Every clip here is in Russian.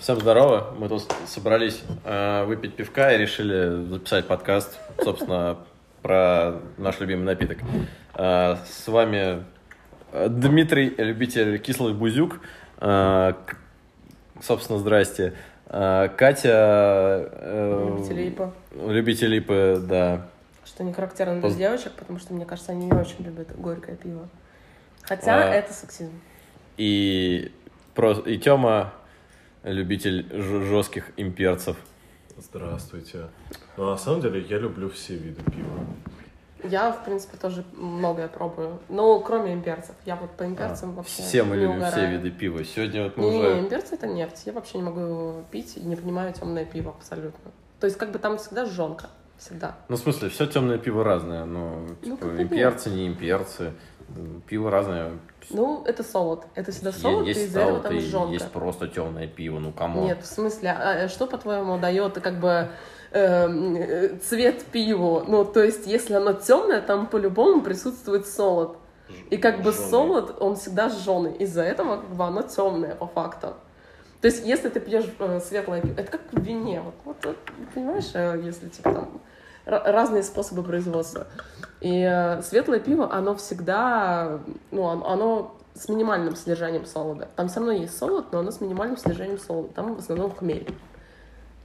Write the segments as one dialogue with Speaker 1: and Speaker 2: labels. Speaker 1: Всем здорово. Мы тут собрались э, выпить пивка и решили записать подкаст, собственно, про наш любимый напиток. Э, с вами э, Дмитрий, любитель кислых бузюк. Э, к- собственно, здрасте. Э, Катя... э,
Speaker 2: Любители липа.
Speaker 1: Любитель липы, да.
Speaker 2: Что не характерно для
Speaker 1: Поз-
Speaker 2: девочек, потому что, мне кажется, они не очень любят горькое пиво. Хотя
Speaker 1: А.
Speaker 2: это сексизм.
Speaker 1: И, про... и Тёма, любитель жестких имперцев.
Speaker 3: Здравствуйте. Ну, на самом деле, я люблю все виды пива.
Speaker 2: Я, в принципе, тоже многое пробую. Ну, кроме имперцев. Я вот по имперцам вообще
Speaker 1: А, все мы
Speaker 2: не
Speaker 1: любим все
Speaker 2: угораю.
Speaker 1: виды пива. Сегодня вот мы
Speaker 2: Не,
Speaker 1: уже...
Speaker 2: не, имперцы это нефть. Я вообще не могу пить и не понимаю темное пиво абсолютно. То есть, как бы там всегда жонка. Всегда.
Speaker 1: Ну, в смысле, все темное пиво разное. Ну, типа,
Speaker 2: как бы
Speaker 1: имперцы, не имперцы. М, Пиво разное.
Speaker 2: Ну, это солод. Это всегда
Speaker 1: Е-
Speaker 2: солод, и
Speaker 1: есть
Speaker 2: из-за этого
Speaker 1: стаут,
Speaker 2: там
Speaker 1: и
Speaker 2: жонка.
Speaker 1: есть просто темное пиво. Ну, кому?
Speaker 2: Нет, в смысле, а э, что, по-твоему, дает как бы эм, э, цвет пиву? Ну, то есть, если оно темное, там по-любому присутствует солод. И как бы
Speaker 3: Жжёный.
Speaker 2: солод, он всегда жженый. Из-за этого как бы оно темное по факту. То есть, если ты пьешь э, светлое пиво, это как в вине. Вот, вот, вот, понимаешь, э, если типа там ра- разные способы производства. И э, светлое пиво, оно всегда, э, ну, он- оно, с минимальным содержанием солода. Там все равно есть солод, но оно с минимальным содержанием солода. Там в основном хмель.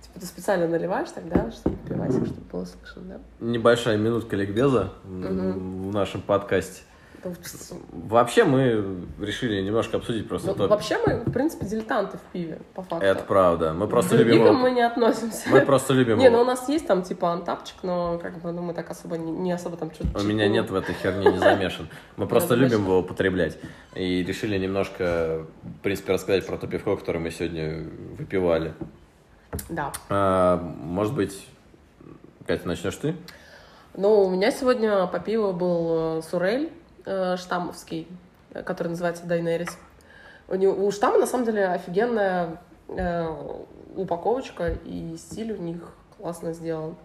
Speaker 2: Типа ты специально наливаешь тогда, чтобы пивать, чтобы было слышно, да?
Speaker 1: Небольшая минутка ликбеза м,
Speaker 2: Мгм.
Speaker 1: в нашем подкасте.
Speaker 2: Потом Ну, пс-
Speaker 1: Вообще мы решили немножко обсудить просто
Speaker 2: Ну,
Speaker 1: топик.
Speaker 2: вообще мы, в принципе, дилетанты в пиве, по факту.
Speaker 1: Это правда. Мы просто
Speaker 2: К
Speaker 1: любим
Speaker 2: гигам
Speaker 1: его.
Speaker 2: мы не относимся.
Speaker 1: Мы просто любим
Speaker 2: Не,
Speaker 1: его.
Speaker 2: ну у нас есть там типа антапчик, но как бы ну мы так особо не, не особо там что-то.
Speaker 1: У меня нет в этой херне не замешан. Мы просто
Speaker 2: точно.
Speaker 1: любим его употреблять. И решили немножко, в принципе, рассказать про то пивко, которое мы сегодня выпивали.
Speaker 2: Да.
Speaker 1: А, может быть, Катя, начнешь ты?
Speaker 2: Ну, у меня сегодня по пиву был э, Сурель э, штаммовский, э, который называется Дайнерис. У, него- у штамма, на самом деле, офигенная э, упаковочка, и стиль у них классно сделан.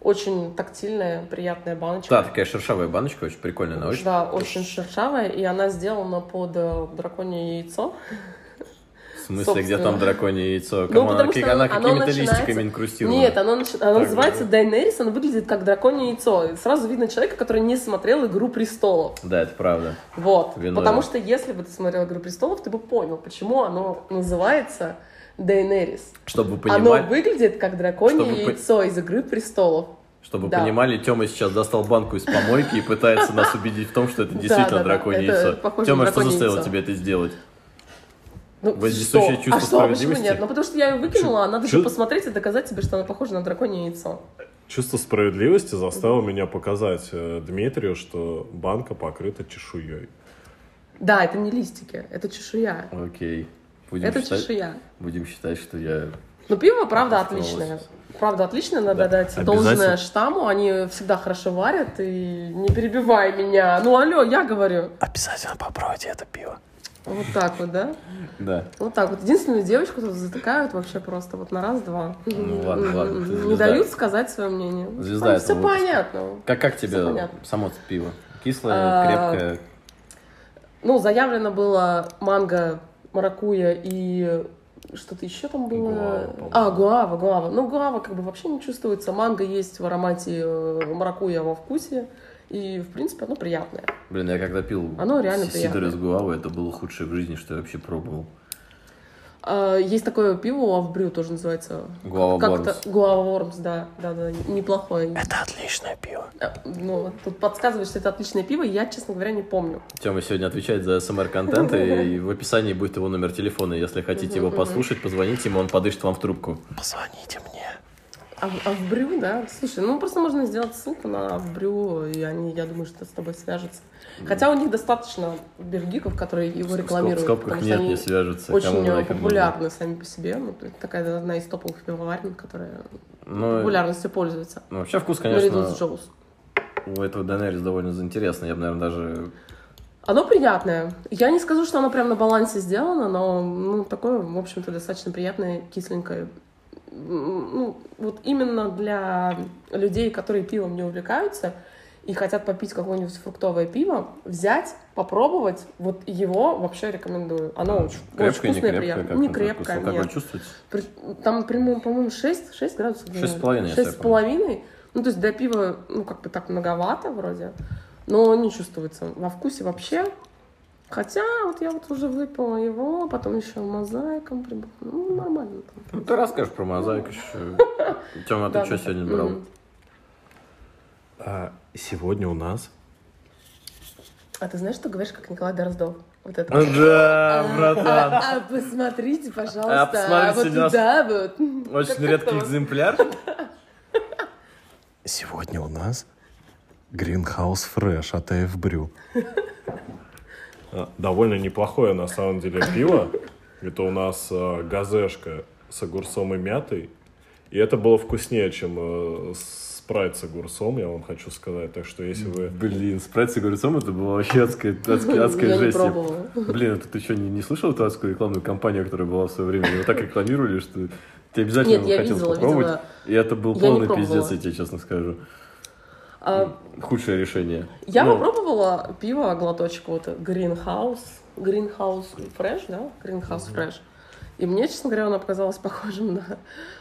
Speaker 2: Очень тактильная, приятная баночка.
Speaker 1: Да, такая шершавая баночка, очень прикольная на ощупь.
Speaker 2: Да, очень шершавая, и она сделана под э, драконье яйцо.
Speaker 1: В смысле,
Speaker 2: собственно.
Speaker 1: где там драконье яйцо?
Speaker 2: Ну,
Speaker 1: Кому она,
Speaker 2: потому
Speaker 1: ки-
Speaker 2: что
Speaker 1: она
Speaker 2: оно
Speaker 1: какими-то
Speaker 2: начинается-
Speaker 1: листиками инкрустирована?
Speaker 2: Нет, оно, нач- оно
Speaker 3: Так,
Speaker 2: называется Дайнерис, оно выглядит как драконье яйцо. И сразу видно человека, который не смотрел «Игру престолов».
Speaker 1: Да, это правда.
Speaker 2: Вот.
Speaker 1: Виновен.
Speaker 2: Потому что если бы ты смотрел «Игру престолов», ты бы понял, почему оно называется Дейнерис.
Speaker 1: Чтобы вы
Speaker 2: Оно
Speaker 1: понимали,
Speaker 2: выглядит как драконье
Speaker 1: Чтобы по-
Speaker 2: яйцо из «Игры престолов».
Speaker 1: чтобы вы
Speaker 2: да.
Speaker 1: понимали, Тёма сейчас достал банку из помойки и пытается нас убедить в том, что это
Speaker 2: Да,
Speaker 1: действительно
Speaker 2: да, да,
Speaker 1: драконье
Speaker 2: это
Speaker 1: яйцо.
Speaker 2: похоже
Speaker 1: Тёма,
Speaker 2: на
Speaker 1: что
Speaker 2: драконье
Speaker 1: заставило
Speaker 2: яйцо.
Speaker 1: тебя это сделать?
Speaker 2: Ну,
Speaker 1: Воздействующее
Speaker 2: что?
Speaker 1: чувство
Speaker 2: а что, а почему
Speaker 1: справедливости?
Speaker 2: нет? Ну, потому что я ее выкинула, а надо
Speaker 3: чё-
Speaker 2: же посмотреть и доказать тебе, что она похожа на драконье яйцо.
Speaker 3: Чувство справедливости заставило меня показать э, Дмитрию, что банка покрыта чешуей.
Speaker 2: Да, это не листики, это чешуя.
Speaker 1: Окей. Будем
Speaker 2: это
Speaker 1: считать,
Speaker 2: чешуя.
Speaker 1: будем считать, что я...
Speaker 2: Ну, пиво, правда,
Speaker 1: Просто
Speaker 2: отличное.
Speaker 1: волосы.
Speaker 2: Правда, отлично, надо
Speaker 1: Да.
Speaker 2: дать
Speaker 3: Обязательно.
Speaker 2: должное штамму, они всегда хорошо варят, и не перебивай меня. Ну, алло, я говорю.
Speaker 3: Обязательно попробуйте это пиво.
Speaker 2: Вот так вот, да?
Speaker 1: Да.
Speaker 2: Вот так вот. Единственную девочку тут затыкают вообще просто вот на раз-два.
Speaker 1: Ну, ладно,
Speaker 2: М-м-м.
Speaker 1: ладно, ты
Speaker 2: Не
Speaker 1: звезда.
Speaker 2: дают сказать свое мнение.
Speaker 1: Звезда этого
Speaker 2: Все
Speaker 1: выпуска.
Speaker 2: понятно.
Speaker 1: Как, как тебе
Speaker 2: Всё понятно.
Speaker 1: само пиво? Кислое,
Speaker 2: А,
Speaker 1: крепкое?
Speaker 2: Ну, заявлено было манго, маракуя и что-то еще там было.
Speaker 3: Гуава, по-моему.
Speaker 2: а, гуава, гуава. Ну, гуава как бы вообще не чувствуется. Манго есть в аромате э, маракуя во вкусе. И, в принципе, оно приятное.
Speaker 1: Блин, я когда пил
Speaker 2: Оно реально
Speaker 1: си- сидр
Speaker 2: приятное.
Speaker 1: из гуавы, это было худшее в жизни, что я вообще пробовал.
Speaker 2: А, есть такое пиво, Авбрю тоже называется.
Speaker 1: Гуава
Speaker 2: Как-то
Speaker 1: Бормс.
Speaker 2: Гуава Вормс, да, да, да, неплохое.
Speaker 3: Это отличное пиво.
Speaker 2: Э, Ну, вот тут подсказывает, что это отличное пиво, я, честно говоря, не помню.
Speaker 1: Тема сегодня отвечает за СМР-контент, и в описании будет его номер телефона. Если хотите его послушать, позвоните ему, он подышит вам в трубку.
Speaker 3: Позвоните мне.
Speaker 2: А, в- а в Брю, да? Слушай, ну просто можно сделать ссылку на Авбрю, и они, я думаю, что с тобой свяжутся. Хотя у них достаточно бергиков, которые его
Speaker 1: В
Speaker 2: рекламируют.
Speaker 1: скоб- скобках
Speaker 2: потому что
Speaker 1: нет,
Speaker 2: они
Speaker 1: не свяжется. кому
Speaker 2: Очень э,
Speaker 1: нахер нужно.
Speaker 2: популярны сами по себе. Ну, то есть такая одна из топовых пивоварен, которая
Speaker 1: Ну,
Speaker 2: популярностью пользуется.
Speaker 1: ну, вообще вкус,
Speaker 2: Наряду
Speaker 1: конечно,
Speaker 2: с Джоус.
Speaker 1: у этого Денерис довольно интересный. Я бы, наверное, даже...
Speaker 2: Оно приятное. Я не скажу, что оно прям на балансе сделано, но ну, такое, в общем-то, достаточно приятное, кисленькое. М, Ну, вот именно для людей, которые пивом не увлекаются, и хотят попить какое-нибудь фруктовое пиво, взять, попробовать, вот его вообще рекомендую. Оно Ну, очень, очень
Speaker 1: Крепкое, не
Speaker 2: вкусное, и
Speaker 1: крепкое?
Speaker 2: приятное. Ну,
Speaker 1: как
Speaker 2: Не
Speaker 1: он
Speaker 2: крепкое,
Speaker 1: Алкоголь
Speaker 2: нет.
Speaker 1: чувствуется?
Speaker 2: При- Там, прямо, по-моему, 6, 6 градусов.
Speaker 1: Шесть с половиной, если
Speaker 2: 6 с
Speaker 1: я помню.
Speaker 2: половиной. Ну, то есть для пива, ну, как бы так многовато вроде, но не чувствуется во вкусе вообще. Хотя вот я вот уже выпила его, потом еще мозаиком прибавила. Ну, нормально. там.
Speaker 1: Ну, ты расскажешь про мозаик еще. Тема,
Speaker 2: Да,
Speaker 1: ты что
Speaker 2: да.
Speaker 1: сегодня брал?
Speaker 2: Мгм.
Speaker 3: А сегодня у нас...
Speaker 2: А ты знаешь, что говоришь, как Николай Дроздов? Вот это.
Speaker 1: Да, Ну, братан.
Speaker 2: А, а посмотрите, пожалуйста,
Speaker 1: А, посмотрите,
Speaker 2: вот
Speaker 1: у нас-
Speaker 2: туда вот.
Speaker 1: Очень
Speaker 2: Как-то
Speaker 1: редкий
Speaker 2: вот.
Speaker 1: экземпляр.
Speaker 3: Сегодня у нас Greenhouse Fresh от AF Brew. А, Довольно неплохое на самом деле пиво. Это у нас а, газешка с огурцом и мятой. И это было вкуснее, чем э, спрайт с огурцом, я вам хочу сказать. Так что если вы...
Speaker 1: Блин, спрайт с огурцом, это была вообще адская, адская,
Speaker 2: Я
Speaker 1: адская
Speaker 2: не
Speaker 1: жесть. Я-
Speaker 2: пробовала.
Speaker 1: Блин, это ты что, не, не слышал эту адскую рекламную кампанию, которая была в свое время? Ее так рекламировали, что ты обязательно
Speaker 2: Нет, я
Speaker 1: хотел
Speaker 2: видела,
Speaker 1: попробовать.
Speaker 2: видела.
Speaker 1: И это был
Speaker 2: Я не
Speaker 1: полный
Speaker 2: пробовала.
Speaker 1: пиздец, я тебе честно скажу.
Speaker 2: А,
Speaker 1: Худшее решение.
Speaker 2: Я
Speaker 1: Ну,
Speaker 2: попробовала пиво глоточек вот Greenhouse, Greenhouse Fresh, да, Greenhouse Fresh. И мне, честно говоря, оно показалось похожим на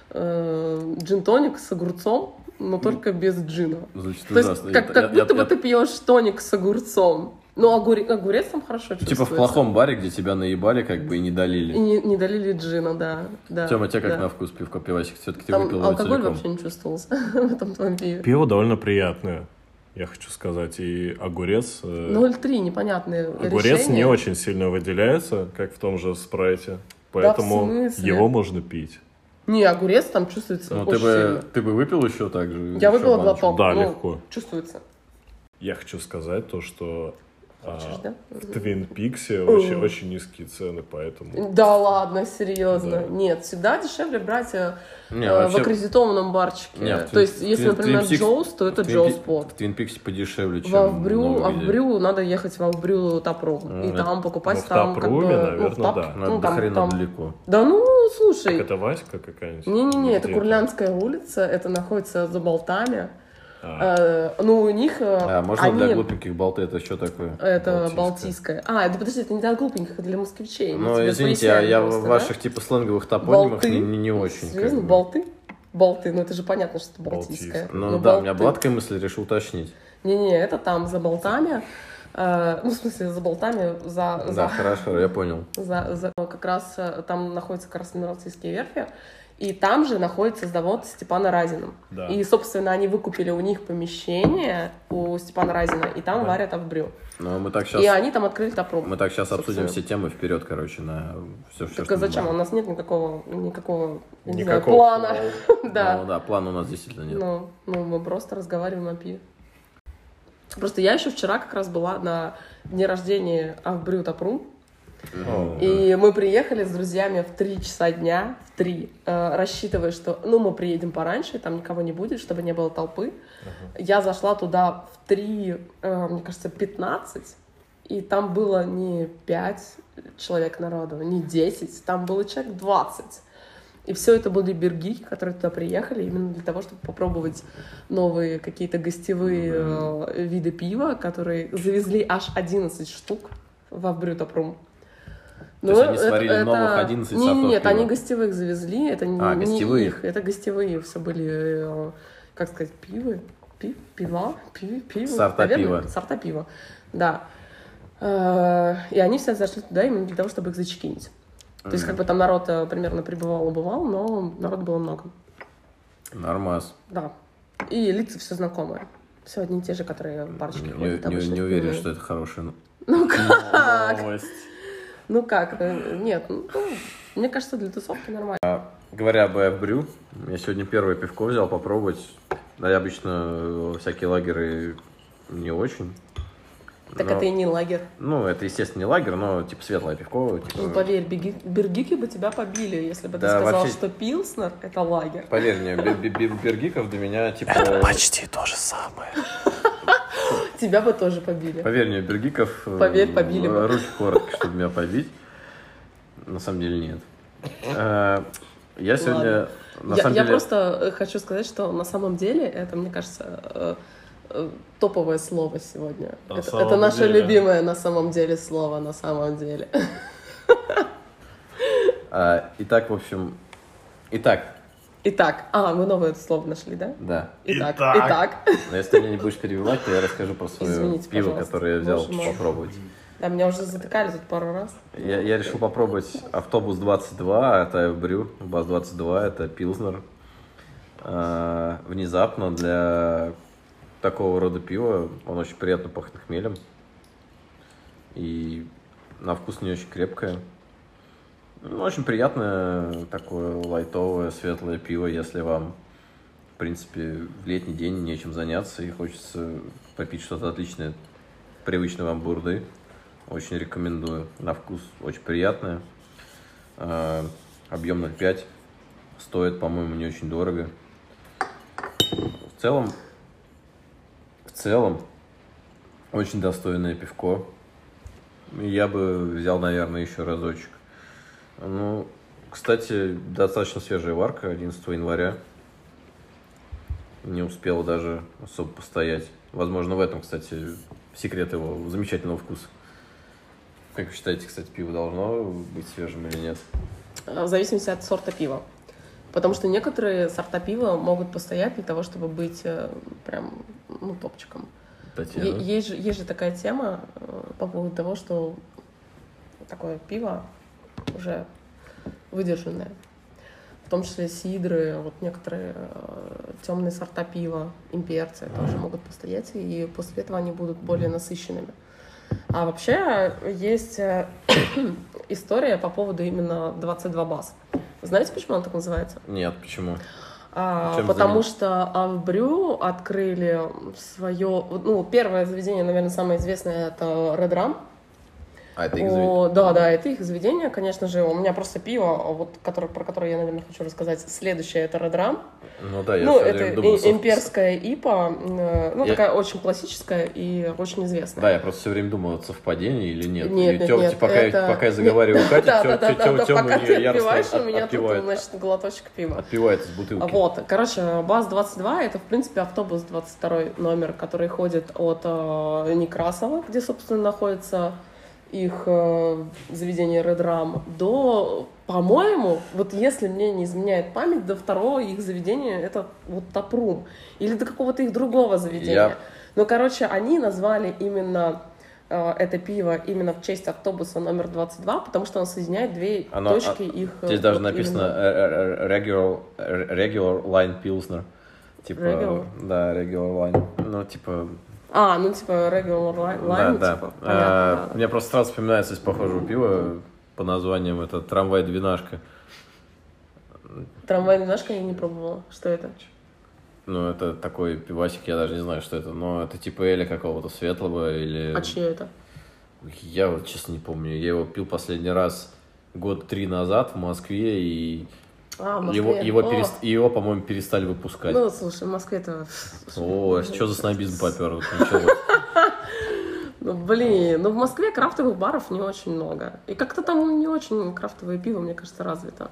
Speaker 2: э, джин-тоник с огурцом, но только без джина.
Speaker 1: Звучит
Speaker 2: То есть
Speaker 1: ужасно.
Speaker 2: как,
Speaker 1: Я-
Speaker 2: как
Speaker 1: я-
Speaker 2: будто
Speaker 1: я-
Speaker 2: бы ты пьешь тоник с огурцом. Но огуре- огурец там хорошо чувствуется.
Speaker 1: Типа в плохом баре, где тебя наебали, как бы и не
Speaker 2: И
Speaker 1: долили.
Speaker 2: не, не долили джина, да. да
Speaker 1: Тема, тебе
Speaker 2: да.
Speaker 1: как на вкус пивка пивасик? Все-таки ты
Speaker 2: Там
Speaker 1: выпил его
Speaker 2: алкоголь
Speaker 1: целиком.
Speaker 2: вообще не чувствовался в этом твоем пиве.
Speaker 3: Пиво довольно приятное, я хочу сказать. И огурец... э,
Speaker 2: 0,3, непонятное
Speaker 3: Огурец
Speaker 2: решение.
Speaker 3: не очень сильно выделяется, как в том же спрайте. Поэтому
Speaker 2: смысле?
Speaker 3: его можно пить.
Speaker 2: Не, огурец там чувствуется
Speaker 1: Ну,
Speaker 2: очень
Speaker 1: ты
Speaker 2: сильно.
Speaker 1: бы, ты бы выпил еще так же? еще
Speaker 2: Я выбила
Speaker 1: баночку?
Speaker 2: глоток.
Speaker 3: Да,
Speaker 2: ну,
Speaker 3: легко.
Speaker 2: Чувствуется.
Speaker 3: Я хочу сказать то, что а,
Speaker 2: Хочешь, да?
Speaker 3: в Твин Пиксе очень, очень низкие цены, поэтому...
Speaker 2: Да ладно, серьезно.
Speaker 3: Да.
Speaker 2: Нет, всегда дешевле брать э,
Speaker 1: Не,
Speaker 2: э, в
Speaker 1: вообще,
Speaker 2: аккредитованном барчике.
Speaker 1: Нет, в
Speaker 2: то
Speaker 1: Twin-
Speaker 2: есть, если,
Speaker 1: Twin-
Speaker 2: например,
Speaker 1: Twin Peaks-
Speaker 2: Джоус, то это
Speaker 1: в Twin
Speaker 2: Джоус
Speaker 1: Пи-
Speaker 2: Пот.
Speaker 1: В Твин Пиксе подешевле, чем
Speaker 2: В Авбрю,
Speaker 1: много
Speaker 2: а
Speaker 1: где.
Speaker 2: в Брю надо ехать в Авбрю Тапру.
Speaker 1: Ну,
Speaker 2: и
Speaker 1: это-
Speaker 2: там покупать
Speaker 3: ну, в
Speaker 2: там как бы...
Speaker 3: Тапруме,
Speaker 2: ну, в
Speaker 3: наверно,
Speaker 2: Тап-
Speaker 3: да.
Speaker 1: Ну, это
Speaker 2: ну, там-
Speaker 1: до хрена
Speaker 2: там-
Speaker 1: далеко.
Speaker 2: Да ну, слушай.
Speaker 3: Так это Васька какая-нибудь?
Speaker 2: Не-не-не,
Speaker 3: Или
Speaker 2: это
Speaker 3: где
Speaker 2: Курлянская улица, это находится за Болтами.
Speaker 3: А,
Speaker 2: Э, ну, у них... э,
Speaker 1: А можно
Speaker 2: они...
Speaker 1: для глупеньких болты это что такое?
Speaker 2: Это
Speaker 3: Балтийская.
Speaker 2: Балтийская. А, это подожди, это не для глупеньких, это для москвичей. Мы
Speaker 1: Ну,
Speaker 2: тебе
Speaker 1: извините, а
Speaker 2: поясняли
Speaker 1: я
Speaker 2: просто,
Speaker 1: в
Speaker 2: да?
Speaker 1: ваших типа сленговых топонимах
Speaker 2: Болты.
Speaker 1: не, не- не очень. как
Speaker 2: Серьезно,
Speaker 1: бы.
Speaker 2: болты? Болты, ну это же понятно, что это
Speaker 3: Балтийская.
Speaker 2: балтийская.
Speaker 1: Ну, да, у меня была
Speaker 2: болты.
Speaker 1: такая мысль, решил уточнить.
Speaker 2: Не-не, это там, за болтами. Э, ну, в смысле, за болтами, за,
Speaker 1: Да, хорошо, я понял.
Speaker 2: за, за, за- как раз э, там находятся краснодарские верфи. И там же находится завод Степана Разина.
Speaker 3: Да.
Speaker 2: И, собственно, они выкупили у них помещение у Степана Разина, и там
Speaker 3: Да.
Speaker 2: варят авбрю.
Speaker 1: Но мы так
Speaker 2: И
Speaker 1: сейчас...
Speaker 2: они там открыли топру.
Speaker 1: Мы так сейчас обсудим
Speaker 2: Собственно.
Speaker 1: все темы вперед, короче, на все, все,
Speaker 2: Так а зачем? У нас нет никакого, никакого, я не знаю,
Speaker 3: никакого
Speaker 2: плана. Да.
Speaker 1: Ну да, плана у нас действительно нет.
Speaker 2: Ну, ну, мы просто разговариваем о пиве. Просто я еще вчера как раз была на дне рождения Авбрю Тапру.
Speaker 3: О,
Speaker 2: И мы приехали с друзьями в 3 часа дня, в 3, э, рассчитывая, что ну мы приедем пораньше, там никого не будет, чтобы не было толпы. Я зашла туда в 3, э, мне кажется, 15, и там было не 5 человек народу, не 10, там было человек 20. И все это были бергики, которые туда приехали именно для того, чтобы попробовать новые какие-то гостевые
Speaker 1: Ну
Speaker 2: э, виды пива, которые завезли аж 11 штук в Абрютопрум.
Speaker 1: То есть они сварили новых 11
Speaker 2: не,
Speaker 1: сортов
Speaker 2: Нет,
Speaker 1: пива?
Speaker 2: они гостевых завезли, это не,
Speaker 1: А,
Speaker 2: не
Speaker 1: гостевые.
Speaker 2: их, это гостевые все были, э, как сказать, пивы, пи- пива, пи- пиво,
Speaker 1: Сорта
Speaker 2: наверное,
Speaker 1: пива.
Speaker 2: сорта пива, да. Э, И они все зашли туда именно для того, чтобы их зачекинить. То есть, как бы там народ э, примерно прибывал, убывал, но народ было много.
Speaker 1: Нормас.
Speaker 2: Да. И лица все знакомые. Все одни и те же, которые парочки
Speaker 1: Не,
Speaker 2: ходят
Speaker 1: не-
Speaker 2: обычно.
Speaker 1: не уверен,
Speaker 2: Ну,
Speaker 1: что это хорошая но-
Speaker 2: Ну как?
Speaker 1: новость.
Speaker 2: Ну как? э, Нет, ну, мне кажется, для тусовки нормально.
Speaker 1: Говоря об AF Brew, я сегодня первое пивко взял попробовать. Да, я обычно э, всякие лагеры не очень.
Speaker 2: Так
Speaker 1: Но-
Speaker 2: это и не лагерь.
Speaker 1: Ну, это, естественно, не лагерь, но, типа, светлое пивко. типа-
Speaker 2: Ну, поверь, беги- бергики бы тебя побили, если бы ты
Speaker 1: Да,
Speaker 2: сказал,
Speaker 1: вообще-
Speaker 2: что пилснер — это лагерь.
Speaker 1: Поверь мне, бе- бе- бе- бергиков для меня, типа...
Speaker 3: Почти то же самое.
Speaker 2: Тебя бы тоже побили.
Speaker 1: Поверь мне, бергиков... э,
Speaker 2: Поверь, побили бы.
Speaker 1: Руки коротко, чтобы меня побить. На самом деле нет. Э, Я сегодня... на
Speaker 2: Я,
Speaker 1: самом
Speaker 2: я
Speaker 1: деле-
Speaker 2: просто э, хочу сказать, что на самом деле это, мне кажется, э, э, топовое слово сегодня.
Speaker 3: На
Speaker 2: это
Speaker 3: самом
Speaker 2: это наше
Speaker 3: деле.
Speaker 2: любимое на самом деле слово, на самом деле.
Speaker 1: А, итак, в общем... Итак,
Speaker 2: Итак, а, мы новое слово нашли, да?
Speaker 1: да.
Speaker 2: Итак,
Speaker 3: Итак.
Speaker 2: итак.
Speaker 1: Но если ты меня не будешь перебивать, то я расскажу про свое
Speaker 2: Извините,
Speaker 1: пиво,
Speaker 2: пожалуйста.
Speaker 1: которое я взял
Speaker 2: Боже мой.
Speaker 1: попробовать.
Speaker 2: Да, меня уже затыкали тут пару раз.
Speaker 1: Я, я решил попробовать автобус 22, это Брю, баз 22, это Пилзнер. А, внезапно для такого рода пива он очень приятно пахнет хмелем. И на вкус не очень крепкое. Ну, очень приятное такое лайтовое, светлое пиво, если вам, в принципе, в летний день нечем заняться и хочется попить что-то отличное, привычной вам бурды. Очень рекомендую. На вкус очень приятное. Э, Объем 0,5. Стоит, по-моему, не очень дорого. В целом, в целом, очень достойное пивко. Я бы взял, наверное, еще разочек. Ну, кстати, достаточно свежая варка, 11 января. Не успел даже особо постоять. Возможно, в этом, кстати, секрет его замечательного вкуса. Как вы считаете, кстати, пиво должно быть свежим или нет?
Speaker 2: А, В зависимости от сорта пива. Потому что некоторые сорта пива могут постоять для того, чтобы быть э, прям ну, топчиком. Е-
Speaker 1: Татьяна?
Speaker 2: есть, же, есть же такая тема э, по поводу того, что такое пиво уже выдержанное. В том числе сидры, вот некоторые темные сорта пива, имперцы тоже могут постоять, и после этого они будут более насыщенными. А вообще есть э, история по поводу именно 22 баз. Знаете, почему она так называется?
Speaker 1: Нет, почему?
Speaker 2: А,
Speaker 1: Чем
Speaker 2: потому
Speaker 1: занят?
Speaker 2: что Авбрю открыли свое, ну, первое заведение, наверное, самое известное, это Red Rum.
Speaker 1: А это их заведение?
Speaker 2: О, да, да, это их заведение, конечно же. У меня просто пиво, вот, которое, про которое я, наверное, хочу рассказать. Следующее это Red Rum.
Speaker 1: Ну да, я
Speaker 2: ну,
Speaker 1: всё
Speaker 2: это
Speaker 1: время думал,
Speaker 2: и-
Speaker 1: со-
Speaker 2: имперская ипа, э, ну,
Speaker 1: Я-
Speaker 2: такая очень классическая и очень известная.
Speaker 1: Да, я просто все время думал, это совпадение или нет.
Speaker 2: Нет,
Speaker 1: И
Speaker 2: нет,
Speaker 1: тё-
Speaker 2: нет,
Speaker 1: тё- пока, я-
Speaker 2: это-
Speaker 1: пока я заговариваю Катю, тё-
Speaker 2: Да, да, да,
Speaker 1: тё- тё-
Speaker 2: да, да,
Speaker 1: Тёма
Speaker 2: пока ты
Speaker 1: её яростно
Speaker 2: отпиваешь, у меня тут,
Speaker 1: отпивает-
Speaker 2: значит, глоточек пива.
Speaker 1: отпивает из бутылки.
Speaker 2: Вот, короче, БАЗ-22 это, в принципе, автобус 22 номер, который ходит от э, Некрасова, где, собственно, находится их э, заведение Red Ram, до, по-моему, вот если мне не изменяет память, до второго их заведения это вот Тапрум. Или до какого-то их другого заведения.
Speaker 1: Я-
Speaker 2: Ну, короче, они назвали именно э, это пиво именно в честь автобуса номер 22, потому что он соединяет две
Speaker 1: Оно- а,
Speaker 2: точки их... э,
Speaker 1: Здесь даже
Speaker 2: вот
Speaker 1: написано
Speaker 2: именно.
Speaker 1: э, э, э, regular, э, regular Line Pilsner. Типа,
Speaker 2: Regular?
Speaker 1: да, Regular Line. Ну, типа,
Speaker 2: А, ну типа regular li- line,
Speaker 1: да,
Speaker 2: типа,
Speaker 1: да.
Speaker 2: понятно,
Speaker 1: А,
Speaker 2: да.
Speaker 1: Мне просто сразу вспоминается из похожего пива по названиям это трамвай-двенашка.
Speaker 2: Трамвайная ножка я не пробовала. Что это?
Speaker 1: Ну, это такой пивасик, я даже не знаю, что это. Но это типа Эля какого-то светлого или...
Speaker 2: А чье это?
Speaker 1: Я вот, честно, не помню. Я его пил последний раз год три назад в Москве, и
Speaker 2: А, в Москве.
Speaker 1: его, его,
Speaker 2: О,
Speaker 1: перест- его по-моему, перестали выпускать.
Speaker 2: Ну, слушай, в Москве-то...
Speaker 1: О, что за снобизм попер?
Speaker 2: Ну, блин, ну в Москве крафтовых баров не очень много. И как-то там не очень крафтовое пиво, мне кажется, развито.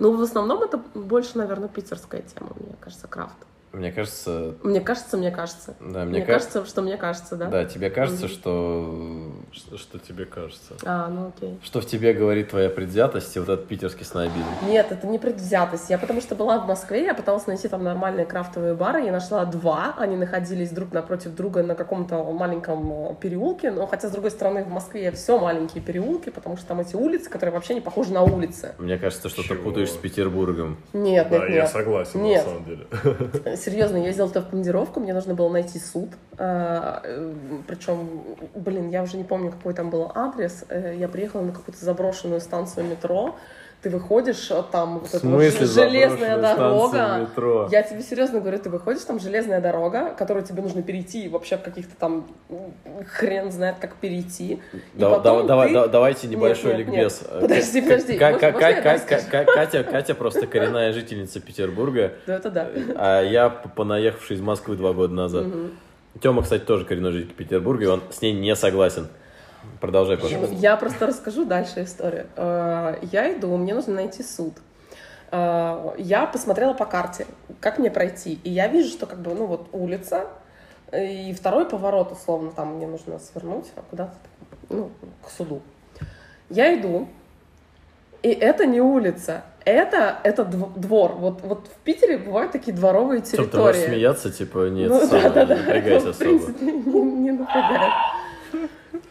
Speaker 2: Ну, в основном это больше, наверное, питерская тема, мне кажется, крафт.
Speaker 1: Мне кажется...
Speaker 2: Мне кажется, мне кажется.
Speaker 1: Да, мне,
Speaker 2: Мне
Speaker 1: кажется...
Speaker 2: кажется, что мне кажется, да?
Speaker 1: Да, тебе кажется, что...
Speaker 3: Что, что тебе кажется?
Speaker 2: А, ну окей.
Speaker 1: Что в тебе говорит твоя предвзятость и вот этот питерский снобизм.
Speaker 2: Нет, это не предвзятость. Я потому что была в Москве, я пыталась найти там нормальные крафтовые бары. Я нашла два. Они находились друг напротив друга на каком-то маленьком э, переулке. Но хотя, с другой стороны, в Москве все маленькие переулки, потому что там эти улицы, которые вообще не похожи на улицы.
Speaker 1: Мне кажется, что ты
Speaker 3: Чего?
Speaker 1: путаешь с Петербургом.
Speaker 2: Нет,
Speaker 3: да,
Speaker 2: нет,
Speaker 3: я
Speaker 2: нет.
Speaker 3: согласен,
Speaker 2: Нет.
Speaker 3: на самом деле.
Speaker 2: Серьезно, я ездила туда в командировку, мне нужно было найти суд. Причем, блин, я уже не помню, какой там был адрес. Э, Я приехала на какую-то заброшенную станцию метро. Ты выходишь, а там вот эта вот ж- железная дорога.
Speaker 1: метро?
Speaker 2: Я тебе серьезно говорю, ты выходишь, там железная дорога, которую тебе нужно перейти, и вообще в каких-то там м, хрен знает, как перейти. И
Speaker 1: Да-
Speaker 2: потом
Speaker 1: да- давай-
Speaker 2: ты-
Speaker 1: да- давайте небольшой
Speaker 2: нет,
Speaker 1: ликбез.
Speaker 2: нет. Подожди,
Speaker 1: К-
Speaker 2: подожди.
Speaker 1: Ка-
Speaker 2: Можно-
Speaker 1: Ка-
Speaker 2: можно я
Speaker 1: Ка- Ка-
Speaker 2: расскажу?
Speaker 1: Ка- Катя, Катя просто коренная жительница Петербурга,
Speaker 2: Да, это да.
Speaker 1: а я п- понаехавший из Москвы два года назад. Тема, кстати, тоже коренной житель Петербурга, и он с ней не согласен. Продолжай, пожалуйста.
Speaker 2: Я просто расскажу дальше историю. Э, Я иду, мне нужно найти суд. Э, Я посмотрела по карте, как мне пройти. И я вижу, что как бы, ну вот улица, И второй поворот, условно, там мне нужно свернуть а куда-то, ну, к суду. Я иду, и это не улица, это, это дв- двор. Вот, вот в Питере бывают такие дворовые
Speaker 1: Что, ты можешь
Speaker 2: территории.
Speaker 1: смеяться, типа, нет,
Speaker 2: Ну,
Speaker 1: Саша,
Speaker 2: да-да-да,
Speaker 1: не напрягайся
Speaker 2: в
Speaker 1: особо.
Speaker 2: принципе, не, не напрягает.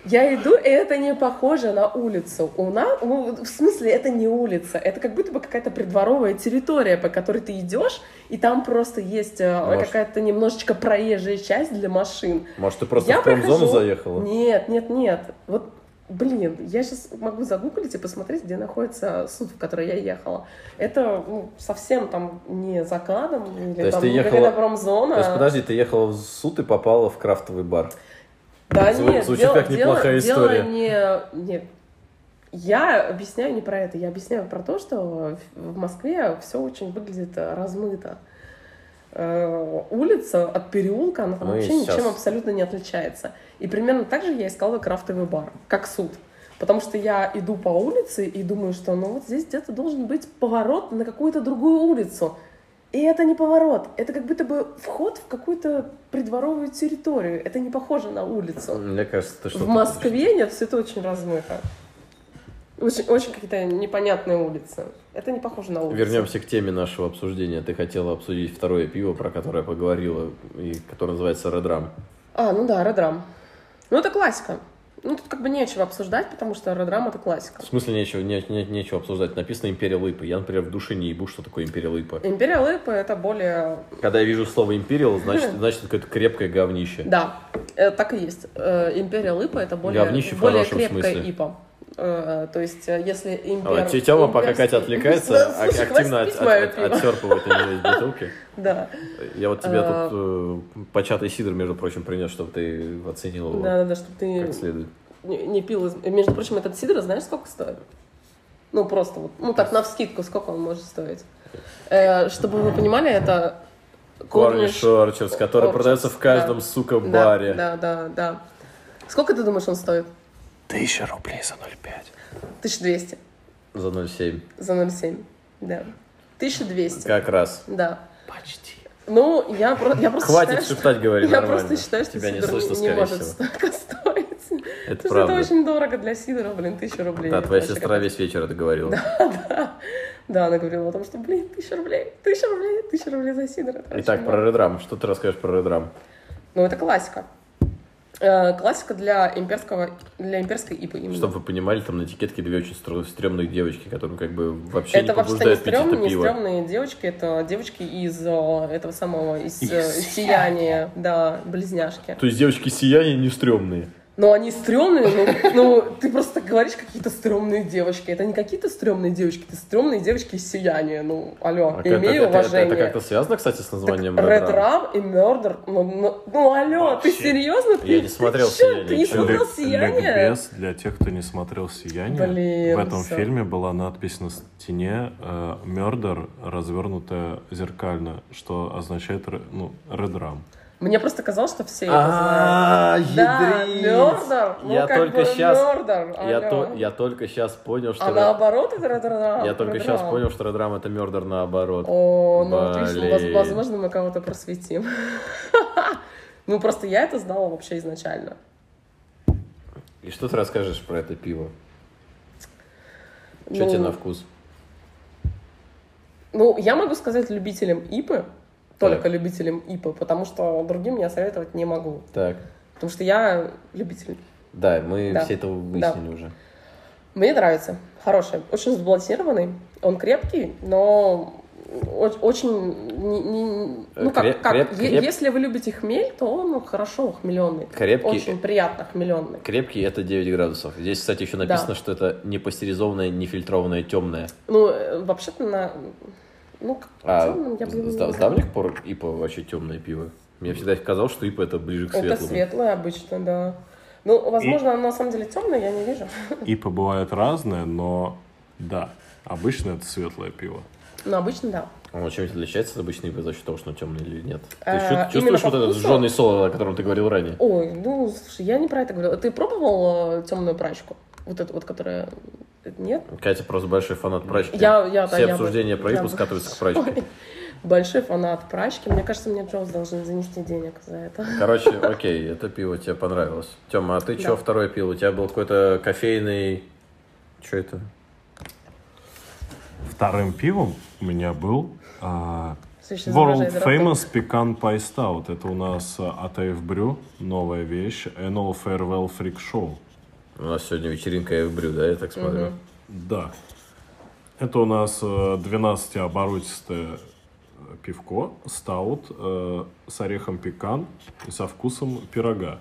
Speaker 2: Я иду, и это не похоже на улицу. У нас, ну, в смысле, это не улица. Это как будто бы какая-то придворовая территория, по которой ты идешь, и там просто есть э,
Speaker 1: Может.
Speaker 2: какая-то немножечко проезжая часть для машин.
Speaker 1: Может, ты просто
Speaker 2: Я
Speaker 1: в промзону
Speaker 2: прохожу.
Speaker 1: заехала?
Speaker 2: Нет, нет, нет. Вот, блин, я сейчас могу загуглить и посмотреть, где находится суд, в который я ехала. Это ну, совсем там не закадом,
Speaker 1: То
Speaker 2: или
Speaker 1: есть
Speaker 2: там
Speaker 1: ты
Speaker 2: не
Speaker 1: ехала-
Speaker 2: какая-то промзона.
Speaker 1: То есть, подожди, ты ехала в суд и попала в крафтовый бар.
Speaker 2: Да
Speaker 1: Зву-
Speaker 2: нет,
Speaker 1: звучит
Speaker 2: дело-
Speaker 1: как неплохая
Speaker 2: дело- дело
Speaker 1: история.
Speaker 2: не, не- Я объясняю не про это, я объясняю про то, что в в Москве все очень выглядит э, размыто. Э, Улица от переулка, она там
Speaker 1: Мы
Speaker 2: вообще
Speaker 1: сейчас-
Speaker 2: ничем абсолютно не отличается. И примерно так же я искала крафтовый бар, как суд. Потому что я иду по улице и думаю, что ну вот здесь где-то должен быть поворот на какую-то другую улицу. И это не поворот, это как будто бы вход в какую-то придворовую территорию. Это не похоже на улицу.
Speaker 1: Мне кажется, ты что-то...
Speaker 2: В Москве нет, все это очень размыто. Очень, очень какие-то непонятные улицы. Это не похоже на улицу.
Speaker 1: Вернемся к теме нашего обсуждения. Ты хотела обсудить второе пиво, про которое поговорила, и которое называется Редрам.
Speaker 2: А, ну да, Редрам. Ну это классика. Ну тут как бы нечего обсуждать, потому что Редрам это классика.
Speaker 1: В смысле нечего, не- не- нечего обсуждать. Написано «Империя Лыпа». Я, например, в душе не ебу, что такое «Империя Лыпа».
Speaker 2: Империя Лэпа это более...
Speaker 1: Когда я вижу слово «Империал», значит, значит это какое-то крепкое говнище.
Speaker 2: Да, э, так и есть. Э, Империя Лыпа это более,
Speaker 1: Говнище в
Speaker 2: более
Speaker 1: хорошем
Speaker 2: крепкая
Speaker 1: смысле.
Speaker 2: ипа. Э, То есть, э, если импер...
Speaker 1: А, Тё- Тёма, пока
Speaker 2: имперский-
Speaker 1: Катя отвлекается, а-
Speaker 2: Слушай,
Speaker 1: активно
Speaker 2: хватит
Speaker 1: от,
Speaker 2: пить моё
Speaker 1: от-
Speaker 2: пиво.
Speaker 1: отсерпывает у него из бутылки.
Speaker 2: Да,
Speaker 1: Я вот тебе
Speaker 2: А.
Speaker 1: тут э, початый сидр, между прочим, принес, чтобы ты оценил его
Speaker 2: да, да, чтобы ты
Speaker 1: как следует.
Speaker 2: не не пил. из- Между прочим, этот сидр, знаешь, сколько стоит? Ну, просто вот, ну так, на вскидку, сколько он может стоить? Э, Чтобы вы понимали, это
Speaker 1: Корни Шорчерс, который
Speaker 2: Корниш,
Speaker 1: продается в каждом, сука,
Speaker 2: Да,
Speaker 1: баре.
Speaker 2: Да, да, да. Сколько ты думаешь, он стоит?
Speaker 1: Тысяча рублей за 0,5.
Speaker 2: 1200
Speaker 1: За 0,7.
Speaker 2: за 0,7. Да. 1200.
Speaker 1: Как раз.
Speaker 2: Да.
Speaker 1: Почти.
Speaker 2: Ну, я, про- я просто
Speaker 1: Хватит
Speaker 2: считаю,
Speaker 1: шептать, говори
Speaker 2: Я
Speaker 1: нормально.
Speaker 2: просто считаю, что
Speaker 1: Тебя не
Speaker 2: сидр
Speaker 1: слышно,
Speaker 2: не
Speaker 1: скорее
Speaker 2: может
Speaker 1: всего.
Speaker 2: столько стоить.
Speaker 1: Это
Speaker 2: Потому что
Speaker 1: правда.
Speaker 2: это очень дорого для сидора, блин, тысяча рублей.
Speaker 1: Да,
Speaker 2: Это
Speaker 1: твоя
Speaker 2: вообще
Speaker 1: сестра
Speaker 2: капец.
Speaker 1: весь вечер это говорила.
Speaker 2: Да, она говорила о том, что, блин, тысяча рублей, тысяча рублей, тысяча рублей за сидор. Это очень
Speaker 1: Итак,
Speaker 2: много.
Speaker 1: про Редрам. Что ты расскажешь про Редрам?
Speaker 2: Ну, это классика. Э, Классика для имперского, для имперской ипы именно.
Speaker 1: Чтобы вы понимали, там на этикетке две очень стр- стрёмных девочки, которые как бы вообще не
Speaker 2: это вообще не
Speaker 1: побуждают пить
Speaker 2: стрёмные,
Speaker 1: это
Speaker 2: не
Speaker 1: пиво.
Speaker 2: стрёмные девочки, это девочки из э, этого самого, из, э, сияния, да, близняшки.
Speaker 1: То есть девочки сияния не стрёмные.
Speaker 2: Но Ну, они стрёмные, ну, ну, ты просто говоришь какие-то стрёмные девочки. Это не какие-то стрёмные девочки, это стрёмные девочки из сияния. Ну, алло,
Speaker 1: А как- это,
Speaker 2: имей
Speaker 1: это-
Speaker 2: уважение.
Speaker 1: это как-то связано, кстати, с названием
Speaker 2: Red
Speaker 1: Редрам?
Speaker 2: Ram и Murder. Ну, ну, ну, алло, ты
Speaker 1: Вообще.
Speaker 2: серьезно? Ты,
Speaker 1: не смотрел
Speaker 2: ты чё,
Speaker 1: «Сияние»,
Speaker 2: Ты не
Speaker 1: чё?
Speaker 2: смотрел
Speaker 3: Лег-
Speaker 2: сияние?
Speaker 3: ликбез для тех, кто не смотрел «Сияние».
Speaker 2: Блин,
Speaker 3: в этом
Speaker 2: всё.
Speaker 3: фильме была надпись на стене «Мердер», развернутая зеркально, что означает ре- ну, «редрам».
Speaker 2: Мне просто казалось, что все это знают.
Speaker 1: А,
Speaker 2: Да,
Speaker 1: ядрить.
Speaker 2: Murder. Ну,
Speaker 1: Я
Speaker 2: как
Speaker 1: только
Speaker 2: бы
Speaker 1: сейчас...
Speaker 2: Murder,
Speaker 1: Я,
Speaker 2: алло.
Speaker 1: то- я только сейчас понял, что...
Speaker 2: А наоборот, это Red Ram.
Speaker 1: Я только
Speaker 2: Red
Speaker 1: сейчас
Speaker 2: Ram.
Speaker 1: понял, что Редрам это Мердер наоборот.
Speaker 2: О, ну вот видишь, ну, воз-
Speaker 1: Блин.
Speaker 2: возможно, мы кого-то просветим. Ну, просто я это знала вообще изначально.
Speaker 1: И что ты расскажешь про это пиво? Что
Speaker 2: Ну,
Speaker 1: тебе на вкус?
Speaker 2: Ну, я могу сказать любителям ИПы, только
Speaker 1: Так.
Speaker 2: любителям ИПы, потому что другим я советовать не могу.
Speaker 1: Так.
Speaker 2: Потому что я любитель.
Speaker 1: Да, мы
Speaker 2: Да.
Speaker 1: все это выяснили уже.
Speaker 2: Мне нравится. Хороший. Очень сбалансированный. Он крепкий, но о- очень... не- не-
Speaker 1: Э,
Speaker 2: ну, как,
Speaker 1: креп-
Speaker 2: как,
Speaker 1: креп-
Speaker 2: е-
Speaker 1: креп-
Speaker 2: если вы любите хмель, то он хорошо хмеленный.
Speaker 1: Крепкий.
Speaker 2: Очень приятно хмеленный.
Speaker 1: Крепкий это 9 градусов. Здесь, кстати, еще написано,
Speaker 2: Да.
Speaker 1: что это не пастеризованное, не фильтрованное, темное.
Speaker 2: Ну, э, вообще-то на... Ну, как
Speaker 1: А
Speaker 2: темным я бы его
Speaker 1: с,
Speaker 2: не
Speaker 1: да- с
Speaker 2: назвала.
Speaker 1: давних пор ИПа вообще темное пиво. Мне всегда казалось, что ИПа это ближе к светлому.
Speaker 2: Это светлое обычно, да. Ну, возможно, оно на самом деле темное, я не вижу.
Speaker 3: Ипы бывают разные, но да, обычно это светлое пиво.
Speaker 2: Но обычно да.
Speaker 1: Оно чем-то А отличается от обычной ИПа за счет того, что оно темное или нет? Ты
Speaker 2: Э,
Speaker 1: чу-
Speaker 2: именно
Speaker 1: чувствуешь
Speaker 2: по
Speaker 1: вот этот
Speaker 2: вкусу?
Speaker 1: жженый солод, о котором ты говорил ранее?
Speaker 2: Ой, ну, слушай, я не про это говорила. Ты пробовал темную прачку? Вот это вот, которая... э, Нет?
Speaker 1: Катя просто большой фанат прачки.
Speaker 2: Я, я, да,
Speaker 1: Все
Speaker 2: я
Speaker 1: обсуждения
Speaker 2: бы-
Speaker 1: про
Speaker 2: я
Speaker 1: ипу
Speaker 2: бы-
Speaker 1: скатываются к прачке.
Speaker 2: Большой фанат прачки. Мне кажется, мне Джоз должен занести денег за это.
Speaker 1: Короче, окей, это пиво тебе понравилось. Тема, а ты
Speaker 2: Да.
Speaker 1: что второе пиво? У тебя был какой-то кофейный... Что это?
Speaker 3: Вторым пивом у меня был а,
Speaker 2: Слушай,
Speaker 3: World
Speaker 2: изображает
Speaker 3: Famous Pecan Pie Stout. Это у нас а, от AF Brew, новая вещь. Annual Farewell Freak Show.
Speaker 1: У нас сегодня вечеринка я брю, да, я так смотрю.
Speaker 3: Да. Это у нас э, 12-оборотистое э, пивко, стаут э, с орехом пекан и со вкусом пирога.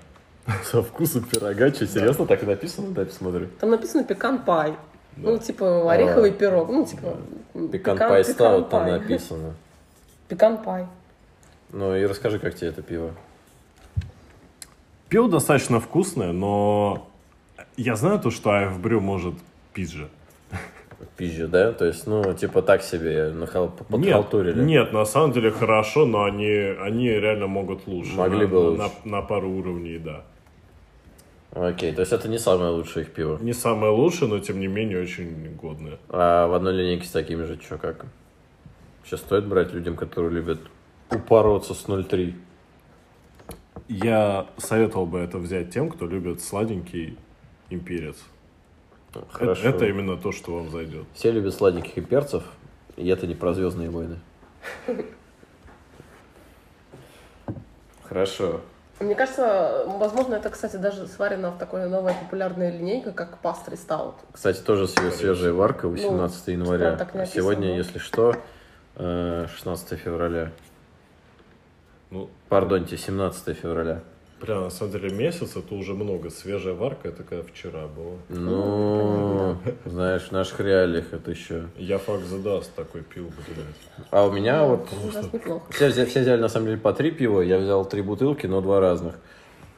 Speaker 1: Со вкусом пирога, что, серьезно так и написано? Дай посмотрю.
Speaker 2: Там написано пекан пай.
Speaker 3: Да.
Speaker 2: Ну, типа ореховый
Speaker 1: А,
Speaker 2: пирог. Ну, типа... м,
Speaker 1: Пекан
Speaker 2: пекан-
Speaker 1: пай
Speaker 2: пекан
Speaker 1: стаут там
Speaker 2: пай.
Speaker 1: написано.
Speaker 2: Пекан пай.
Speaker 1: Ну и расскажи, как тебе это пиво.
Speaker 3: Пиво достаточно вкусное, но я знаю то, что AF Brew может пить же.
Speaker 1: Пизжу, да? То есть, ну, типа так себе, нахал,
Speaker 3: Нет,
Speaker 1: подхалтурили.
Speaker 3: нет, на самом деле хорошо, но они, они реально могут лучше.
Speaker 1: Могли
Speaker 3: на,
Speaker 1: бы лучше.
Speaker 3: на- на- на пару уровней, да.
Speaker 1: Окей, то есть это не самое лучшее их пиво.
Speaker 3: Не самое лучшее, но тем не менее очень годное.
Speaker 1: А в одной линейке с такими же, что как? Сейчас стоит брать людям, которые любят упороться с 0,3.
Speaker 3: Я советовал бы это взять тем, кто любит сладенький имперец. Э,
Speaker 1: Хорошо.
Speaker 3: Это именно то, что вам зайдет.
Speaker 1: Все любят сладеньких и перцев, и это не про звездные войны. Хорошо.
Speaker 2: Мне кажется, возможно, это, кстати, даже сварено в такой новой популярной линейке, как пастри стаут.
Speaker 1: Кстати, тоже све- свежая варка, 18 января.
Speaker 2: прям так не описано,
Speaker 1: Сегодня,
Speaker 2: но-
Speaker 1: если что, э, 16 февраля.
Speaker 3: Ну,
Speaker 1: Пардоньте, 17 февраля.
Speaker 3: бля, на самом деле месяц это уже много. Свежая варка, это как вчера было.
Speaker 1: Ну, знаешь, в наших реалиях это еще.
Speaker 3: Я факт задаст такой пил, блядь.
Speaker 1: А у меня вот
Speaker 2: Ну, раз неплохо.
Speaker 1: Все, взя- все взяли, на самом деле, по три пива. Я взял три бутылки, но два разных.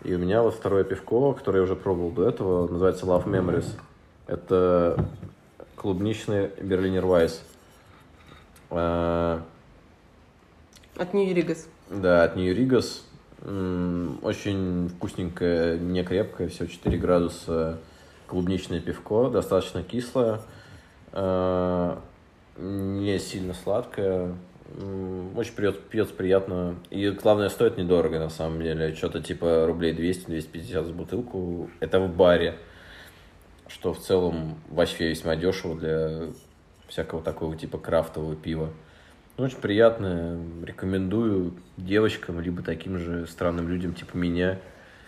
Speaker 1: И у меня вот второе пивко, которое я уже пробовал до этого, называется Love Memories. Это клубничный Берлинер Вайс. А,
Speaker 2: От Нью-Ригас.
Speaker 1: Да, от New Rigas. М, Очень вкусненькое, не крепкое, всего 4 градуса клубничное пивко, достаточно кислое, э, не сильно сладкое, М, очень пьет, пьется приятно. И главное, стоит недорого на самом деле, что-то типа рублей 200-250 за бутылку. Это в баре, что в целом вообще весьма дешево для всякого такого типа крафтового пива. Ну, Очень приятное. Рекомендую девочкам, либо таким же странным людям, типа меня.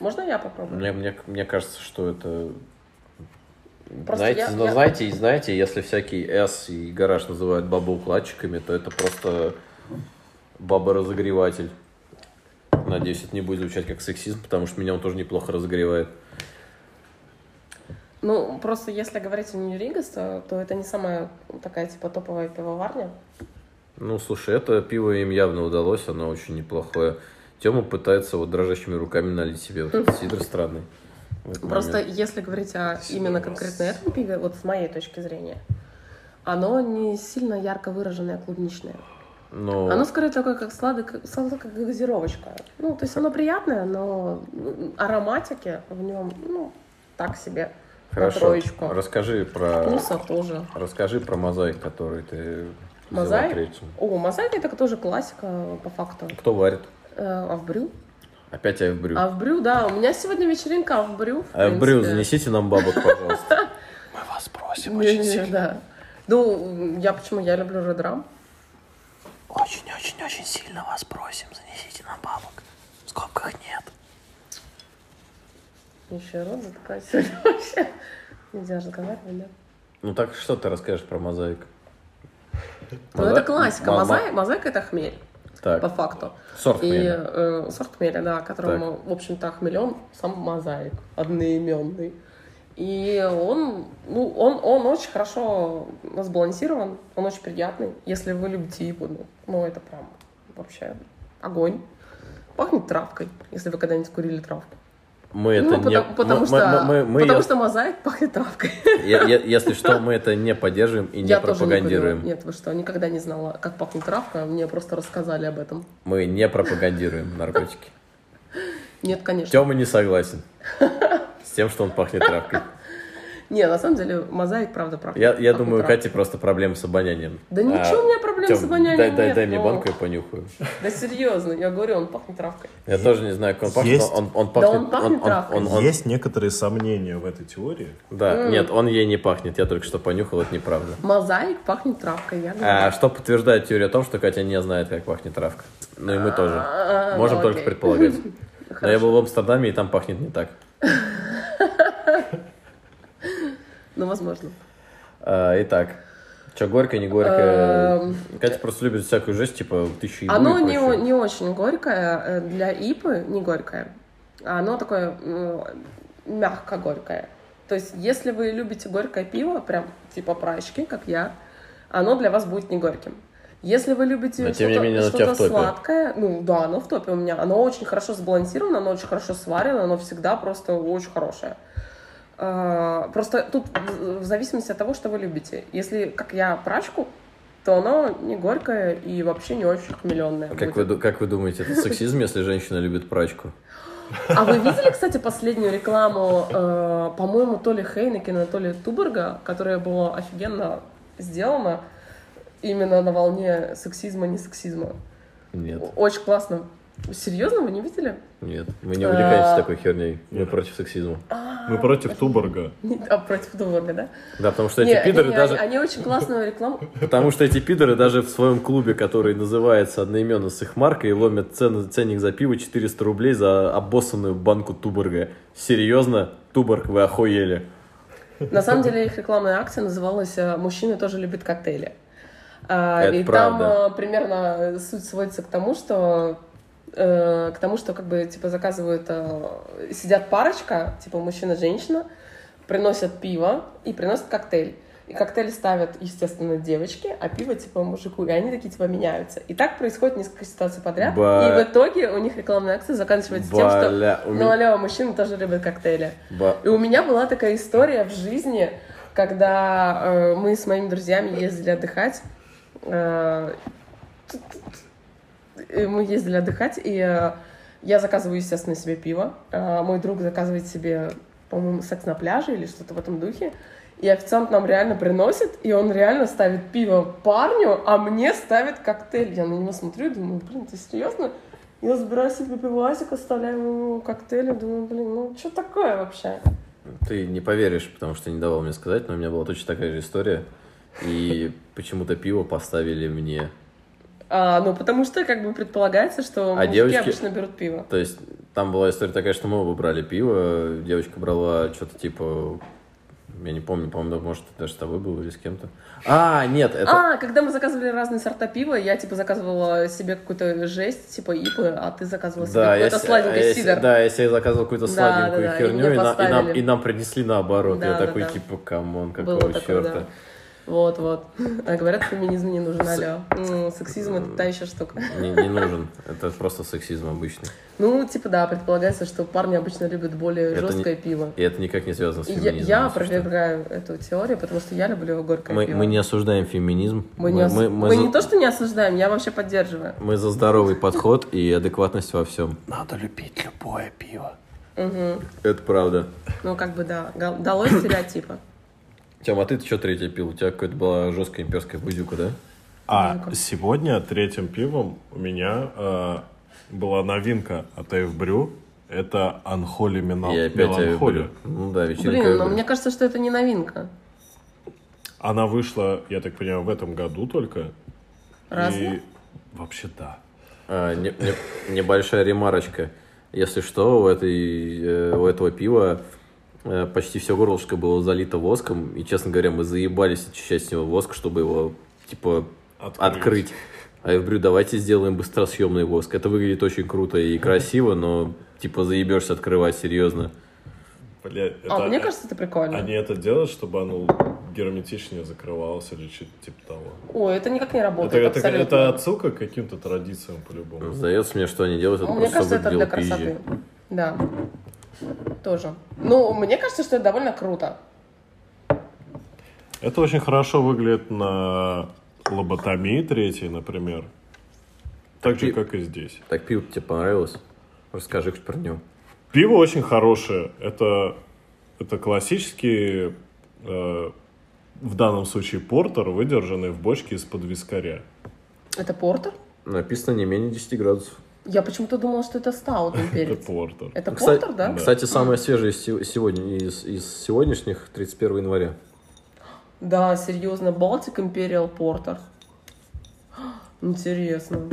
Speaker 2: Можно я попробую?
Speaker 1: Мне, мне, мне кажется, что это...
Speaker 2: Просто
Speaker 1: знаете,
Speaker 2: я-
Speaker 1: ну,
Speaker 2: я-
Speaker 1: знаете, и знаете, если всякие S и гараж называют бабоукладчиками, то это просто баба-разогреватель. Надеюсь, это не будет звучать как сексизм, потому что меня он тоже неплохо разогревает.
Speaker 2: Ну, просто если говорить о Нью-Ригас, то, то это не самая такая, типа, топовая пивоварня.
Speaker 1: Ну, слушай, это пиво им явно удалось, оно очень неплохое. Тема пытается вот дрожащими руками налить себе вот этот сидр странный. в этот
Speaker 2: Просто
Speaker 1: момент.
Speaker 2: если говорить о
Speaker 3: Спасибо,
Speaker 2: именно
Speaker 3: Макс.
Speaker 2: конкретно этом пиве, вот с моей точки зрения, оно не сильно ярко выраженное клубничное.
Speaker 1: Но...
Speaker 2: Оно скорее такое, как сладок- сладкая газировочка. Ну, то есть оно приятное, но м, ароматики в нем, ну, так себе.
Speaker 1: Хорошо.
Speaker 2: На троечку.
Speaker 1: Расскажи про
Speaker 2: Вкуса тоже.
Speaker 1: расскажи про мозаик, который ты взяла
Speaker 2: Мозаик?
Speaker 1: третьим.
Speaker 2: О, мозаика это тоже классика по факту.
Speaker 1: Кто варит?
Speaker 2: Э, Авбрю.
Speaker 1: Опять Айвбрю.
Speaker 2: Авбрю, А да, у меня сегодня вечеринка Авбрю. в
Speaker 1: Айвбрю,
Speaker 2: принципе.
Speaker 1: А занесите нам бабок, пожалуйста.
Speaker 3: Мы вас
Speaker 4: Типа,
Speaker 3: просим
Speaker 2: Не-не, да. Ну, я почему, я люблю редрам.
Speaker 4: Очень-очень-очень сильно вас просим, занесите нам бабок. В скобках нет.
Speaker 2: Еще роза такая сегодня вообще. Нельзя разговаривать, да?
Speaker 1: Ну так что ты расскажешь про мозаик?
Speaker 2: Ну,
Speaker 1: Моза-
Speaker 2: это классика.
Speaker 1: мо- мо-
Speaker 2: Мозаик, мозаик это хмель, по
Speaker 1: Так,
Speaker 2: факту.
Speaker 1: сорт
Speaker 2: И
Speaker 1: хмеля.
Speaker 2: э, сорт хмеля, да, которому, в общем-то, хмелен сам мозаик одноименный. И он, ну, он, он очень хорошо сбалансирован, он очень приятный. Если вы любите ипу, ну, ну, это прям вообще огонь. Пахнет травкой, если вы когда-нибудь курили травку.
Speaker 1: Мы это
Speaker 2: ну,
Speaker 1: не...
Speaker 2: потому,
Speaker 1: мы-
Speaker 2: потому
Speaker 1: мы-
Speaker 2: что,
Speaker 1: мы- мы-
Speaker 2: потому
Speaker 1: я-
Speaker 2: что мозаик пахнет травкой.
Speaker 1: я- я- Если что, мы это не поддерживаем и не
Speaker 2: Я тоже не курила.
Speaker 1: пропагандируем.
Speaker 2: Нет, вы что, никогда не знала, как пахнет травка, мне просто рассказали об этом.
Speaker 1: Мы не пропагандируем наркотики.
Speaker 2: Нет, конечно.
Speaker 1: Тёма не согласен с тем, что он пахнет травкой.
Speaker 2: Не, на самом деле, мозаик, правда, правда.
Speaker 1: Я, я думаю, у Кати просто проблемы с обонянием. А,
Speaker 2: Да ничего у меня проблем
Speaker 1: Тём,
Speaker 2: с обонянием
Speaker 1: дай, дай,
Speaker 2: нет,
Speaker 1: дай мне
Speaker 2: ну.
Speaker 1: банку и понюхаю.
Speaker 2: Да серьезно, я говорю, он пахнет травкой.
Speaker 1: Я тоже не знаю, как он пахнет.
Speaker 3: Есть.
Speaker 1: но Он, он пахнет.
Speaker 2: он пахнет травкой.
Speaker 3: Есть некоторые сомнения в этой теории.
Speaker 1: Да, нет, он ей не пахнет. Я только что понюхал, это неправда.
Speaker 2: Мозаик пахнет травкой, я говорю.
Speaker 1: А что подтверждает теорию о том, что Катя не знает, как пахнет травка. Ну и мы тоже.
Speaker 2: А,
Speaker 1: Можем
Speaker 2: ну
Speaker 1: только
Speaker 2: окей.
Speaker 1: предполагать. Но я
Speaker 2: Хорошо.
Speaker 1: был в Амстердаме, и там пахнет не так.
Speaker 2: Ну, возможно.
Speaker 1: А, Итак, что горько, не горько?
Speaker 2: Эм.
Speaker 1: Катя просто любит всякую жесть, типа тысячи еду
Speaker 2: Оно
Speaker 1: и
Speaker 2: не, о-
Speaker 1: прочее.
Speaker 2: не очень горькое, э, для ипы не горькое. А Оно такое ну, мягко горькое. То есть, если вы любите горькое пиво, прям типа прачки, как я, оно для вас будет не горьким. Если вы любите
Speaker 1: Но, тем не
Speaker 2: что-то,
Speaker 1: менее, оно у
Speaker 2: что-то
Speaker 1: тебя в топе.
Speaker 2: сладкое, ну да, оно в топе у меня. Оно очень хорошо сбалансировано, оно очень хорошо сварено, оно всегда просто очень хорошее. А, Просто тут в- в зависимости от того, что вы любите. Если, как я, прачку, то оно не горькое и вообще не очень хмеленное.
Speaker 1: А Как вы,
Speaker 2: будет.
Speaker 1: ду- как вы думаете, это сексизм, если женщина любит прачку?
Speaker 2: А вы видели, кстати, последнюю рекламу, э, по-моему, то ли Хейнекена, то ли Туборга, которая была офигенно сделана именно на волне сексизма, не сексизма.
Speaker 1: Нет,
Speaker 2: Очень классно. Серьезно, вы не видели?
Speaker 1: нет. Мы не увлекаемся
Speaker 2: Э,
Speaker 1: такой херней. Мы
Speaker 3: нет.
Speaker 1: против сексизма.
Speaker 3: Мы против Туборга.
Speaker 2: Не- А против Туборга, да?
Speaker 1: Да, потому что эти
Speaker 2: Не,
Speaker 1: пидоры
Speaker 2: не, а-
Speaker 1: даже...
Speaker 2: они, они очень классную рекламу.
Speaker 1: Потому что эти пидоры даже в своем клубе, который называется одноименно с их маркой, ломят цену, ценник за пиво 400 рублей за обоссанную банку Туборга. Серьезно? Туборг, вы охуели.
Speaker 2: На самом деле их рекламная акция называлась э, «Мужчины тоже любят коктейли». А,
Speaker 1: Это
Speaker 2: И
Speaker 1: правда.
Speaker 2: там э, примерно суть сводится к тому, что э, к тому, что как бы типа заказывают, э, сидят парочка, типа мужчина и женщина, приносят пиво и приносят коктейль. И коктейль ставят, естественно, девочки, а пиво типа мужику. И они такие типа меняются. И так происходит несколько ситуаций подряд.
Speaker 1: Ба-
Speaker 2: И в итоге у них рекламная акция заканчивается тем, что
Speaker 1: Бля, у
Speaker 2: ну
Speaker 1: меня-
Speaker 2: алло, мужчины тоже любят коктейли.
Speaker 1: ба-
Speaker 2: И у меня была такая история в жизни, когда э, мы с моими друзьями ездили отдыхать. э, и мы ездили отдыхать, и э, я заказываю, естественно, себе пиво. А мой друг заказывает себе, по-моему, секс на пляже или что-то в этом духе. И официант нам реально приносит, и он реально ставит пиво парню, а мне ставит коктейль. Я на него смотрю и думаю, блин, ты серьезно? Я забираю себе пивасик, оставляю ему коктейль, и думаю, блин, ну что такое вообще?
Speaker 1: Ты не поверишь, потому что не давал мне сказать, но у меня была точно такая же история. И почему-то пиво поставили мне.
Speaker 2: А, ну, потому что, как бы, предполагается, что
Speaker 1: А
Speaker 2: мужики
Speaker 1: девочки-
Speaker 2: обычно берут пиво.
Speaker 1: То есть там была история такая, что мы оба брали пиво. Девочка брала что-то типа... Я не помню, по-моему, может, даже с тобой был или с кем-то. А, нет, это...
Speaker 2: А, когда мы заказывали разные сорта пива, я, типа, заказывала себе какую-то жесть, типа, ипы, а ты заказывала себе
Speaker 1: Да, я
Speaker 2: какой-то
Speaker 1: се-
Speaker 2: сладенький
Speaker 1: а я се-
Speaker 2: сидор.
Speaker 1: Да, я себе заказывал какую-то
Speaker 2: Да,
Speaker 1: сладенькую
Speaker 2: да, да, и
Speaker 1: херню, и,
Speaker 2: мне
Speaker 1: на- и нам,
Speaker 2: поставили.
Speaker 1: и нам принесли наоборот.
Speaker 2: Да,
Speaker 1: я
Speaker 2: да,
Speaker 1: такой,
Speaker 2: да.
Speaker 1: типа, камон,
Speaker 2: Было
Speaker 1: какого
Speaker 2: такое,
Speaker 1: черта.
Speaker 2: да. Вот, вот. А говорят, феминизм не нужен, алло. М, Сексизм — это та еще штука.
Speaker 1: Не, не нужен. Это просто сексизм обычный.
Speaker 2: Ну, типа, да, предполагается, что парни обычно любят более
Speaker 1: Это не-
Speaker 2: жесткое пиво.
Speaker 1: И это никак не связано с
Speaker 2: И я,
Speaker 1: феминизмом.
Speaker 2: я
Speaker 1: если что.
Speaker 2: опровергаю эту теорию, потому что я люблю горькое
Speaker 1: мы,
Speaker 2: пиво.
Speaker 1: мы не осуждаем феминизм.
Speaker 2: Мы не ос- мы
Speaker 1: за-
Speaker 2: не то, что не осуждаем, я вообще поддерживаю.
Speaker 1: мы за здоровый подход и адекватность во всем.
Speaker 4: Надо любить любое пиво.
Speaker 1: Это правда.
Speaker 2: Ну, как бы, да, гал- далось стереотипа.
Speaker 1: Тем, а ты что третье пил? У тебя какая-то была жесткая имперская бузюка, да?
Speaker 3: А сегодня третьим пивом у меня э, была новинка от Эйв Брю. Это Анхоли Мелан-
Speaker 1: Я опять тебя
Speaker 3: Меланхоли.
Speaker 1: люблю. Ну да, вечеринка.
Speaker 2: Блин, но
Speaker 1: Эвбрю.
Speaker 2: мне кажется, что это не новинка.
Speaker 3: Она вышла, я так понимаю, в этом году только.
Speaker 2: Разве?
Speaker 3: И вообще да.
Speaker 1: А, не- не- небольшая ремарочка. Если что, у, этой, э, у этого пива э, почти все горлышко было залито воском. И, честно говоря, мы заебались очищать с него воск, чтобы его, типа,
Speaker 3: Открыть.
Speaker 1: открыть. А я говорю, давайте сделаем быстросъемный воск. Это выглядит очень круто и красиво, но, типа, заебешься открывать, серьезно.
Speaker 3: Бля, это-
Speaker 2: А, мне кажется, это прикольно.
Speaker 3: Они это делают, чтобы оно герметичнее закрывалось или что-то типа того.
Speaker 2: Ой, это никак не
Speaker 3: Это,
Speaker 2: работает
Speaker 3: это,
Speaker 2: абсолютно.
Speaker 3: это отсылка к каким-то традициям по-любому.
Speaker 1: Сдается мне, что они делают, это
Speaker 2: Ну, Мне
Speaker 1: просто
Speaker 2: кажется, это для
Speaker 1: выглядело
Speaker 2: красоты.
Speaker 1: пизже.
Speaker 2: Да. Тоже. Ну, мне кажется, что это довольно круто.
Speaker 3: Это очень хорошо выглядит на лоботомии третьей, например. Так же,
Speaker 1: И-
Speaker 3: как и здесь.
Speaker 1: Так, пиво тебе понравилось? Расскажи хоть про него.
Speaker 3: Пиво очень хорошее. Это, это классический э, в данном случае портер, выдержанный в бочке из-под вискаря.
Speaker 2: Это портер?
Speaker 1: Написано не менее 10 градусов.
Speaker 2: Я почему-то думала, что это стаут
Speaker 3: Это
Speaker 2: имперец.
Speaker 3: портер.
Speaker 2: Это
Speaker 1: Кстати,
Speaker 2: портер, А да?
Speaker 1: Кстати, самое свежее из сего- сегодня, из, из сегодняшних, 31 января.
Speaker 2: Да, серьезно, Балтик Империал Портер. Интересно.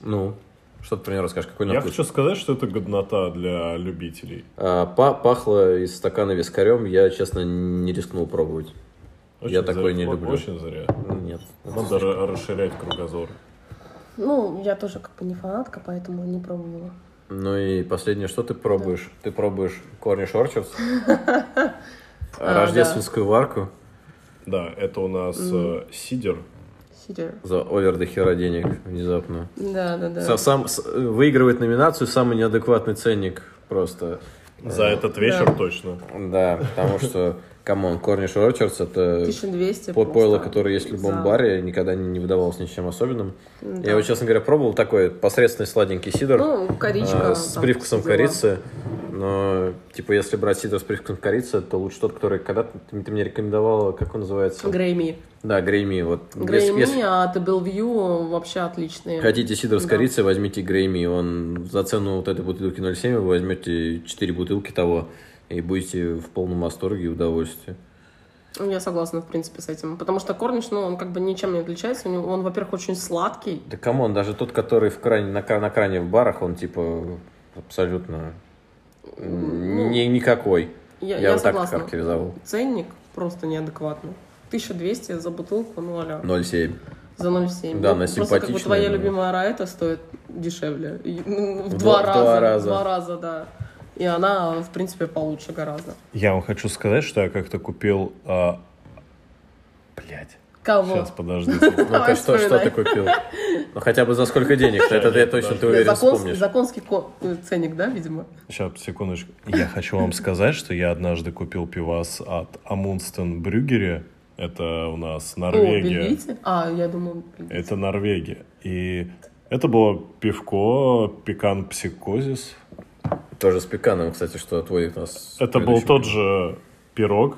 Speaker 1: Ну, что ты про него расскажешь? Какой на
Speaker 3: Я
Speaker 1: вкус?
Speaker 3: хочу сказать, что это годнота для любителей.
Speaker 1: А, па- пахло из стакана вискарем, я, честно, не рискнул пробовать. Я такой не
Speaker 3: вот
Speaker 1: люблю.
Speaker 3: Очень зря.
Speaker 1: Нет.
Speaker 3: Надо ра- расширять кругозор.
Speaker 2: Ну, я тоже как бы не фанатка, поэтому не пробовала.
Speaker 1: Ну и последнее, что ты пробуешь? Ты пробуешь корни шорчерс,
Speaker 2: А,
Speaker 1: рождественскую варку
Speaker 3: Да, это у нас э, сидер.
Speaker 2: Сидер.
Speaker 1: за овер до хера денег внезапно.
Speaker 2: Да, да, да.
Speaker 1: Со- Сам, с- выигрывает номинацию самый неадекватный ценник просто.
Speaker 3: За этот вечер точно.
Speaker 1: Да, потому что, камон, корни шорчерс это
Speaker 2: 1200
Speaker 1: по-
Speaker 2: просто.
Speaker 1: пойло, которое есть в любом
Speaker 2: За-
Speaker 1: баре, никогда не, не выдавалось ничем особенным.
Speaker 2: Да.
Speaker 1: Я его, честно говоря, пробовал такой посредственный сладенький сидр.
Speaker 2: Ну, коричка.
Speaker 1: А, с
Speaker 2: там,
Speaker 1: привкусом
Speaker 2: все дела.
Speaker 1: корицы. Но, типа, если брать сидр с привкусом корицы, то лучше тот, который когда-то ты, ты мне рекомендовала, как он называется?
Speaker 2: Грейми.
Speaker 1: Да, грейми. Вот, если,
Speaker 2: Грейми,
Speaker 1: если
Speaker 2: а ты был вью вообще отличные.
Speaker 1: хотите сидр с
Speaker 2: Да.
Speaker 1: корицей, возьмите грейми. Он за цену вот этой бутылки 0,7 вы возьмете 4 бутылки того и будете в полном восторге и удовольствии.
Speaker 2: Ну, Я согласна, в принципе, с этим. Потому что корниш, ну, он как бы ничем не отличается. У него- Он, во-первых, очень сладкий.
Speaker 1: Да камон, даже тот, который в кране, на, кра- на кране в барах, он, типа, абсолютно м,
Speaker 2: Ну,
Speaker 1: не, никакой.
Speaker 2: Я,
Speaker 1: Я,
Speaker 2: я
Speaker 1: вот
Speaker 2: согласна.
Speaker 1: так характеризовал.
Speaker 2: Ценник просто неадекватный. 1200 за бутылку, ну, аля.
Speaker 1: 0,7.
Speaker 2: За 0,7.
Speaker 1: Да,
Speaker 2: Ну,
Speaker 1: она
Speaker 2: Просто как бы
Speaker 1: симпатичная,
Speaker 2: твоя
Speaker 1: но-
Speaker 2: любимая Райта стоит дешевле. И, ну, в
Speaker 1: В
Speaker 2: два,
Speaker 1: два- в два
Speaker 2: раза. В
Speaker 1: раза.
Speaker 2: два раза, да. И она, в принципе, получше гораздо.
Speaker 3: Я вам хочу сказать, что я как-то купил... а, Блять.
Speaker 2: Кого?
Speaker 3: Сейчас, подождите.
Speaker 1: Ну
Speaker 2: Давай
Speaker 1: ты что, что
Speaker 2: вспоминай.
Speaker 1: ты купил? Ну хотя бы за сколько денег? Это я точно ты уверен
Speaker 2: Закон-
Speaker 1: вспомнишь.
Speaker 2: законский ко- э, ценник, да, видимо?
Speaker 3: Сейчас, секундочку. Я хочу вам сказать, что я однажды купил пивас от Амундстен Брюгере. Это у нас
Speaker 2: О,
Speaker 3: Норвегия.
Speaker 2: бельгийцы? А, я думал, бельгийцы.
Speaker 3: Это Норвегия. И это было пивко Пекан Псикозис.
Speaker 1: Тоже с пеканом, кстати, что отводит нас.
Speaker 3: Это был тот же пирог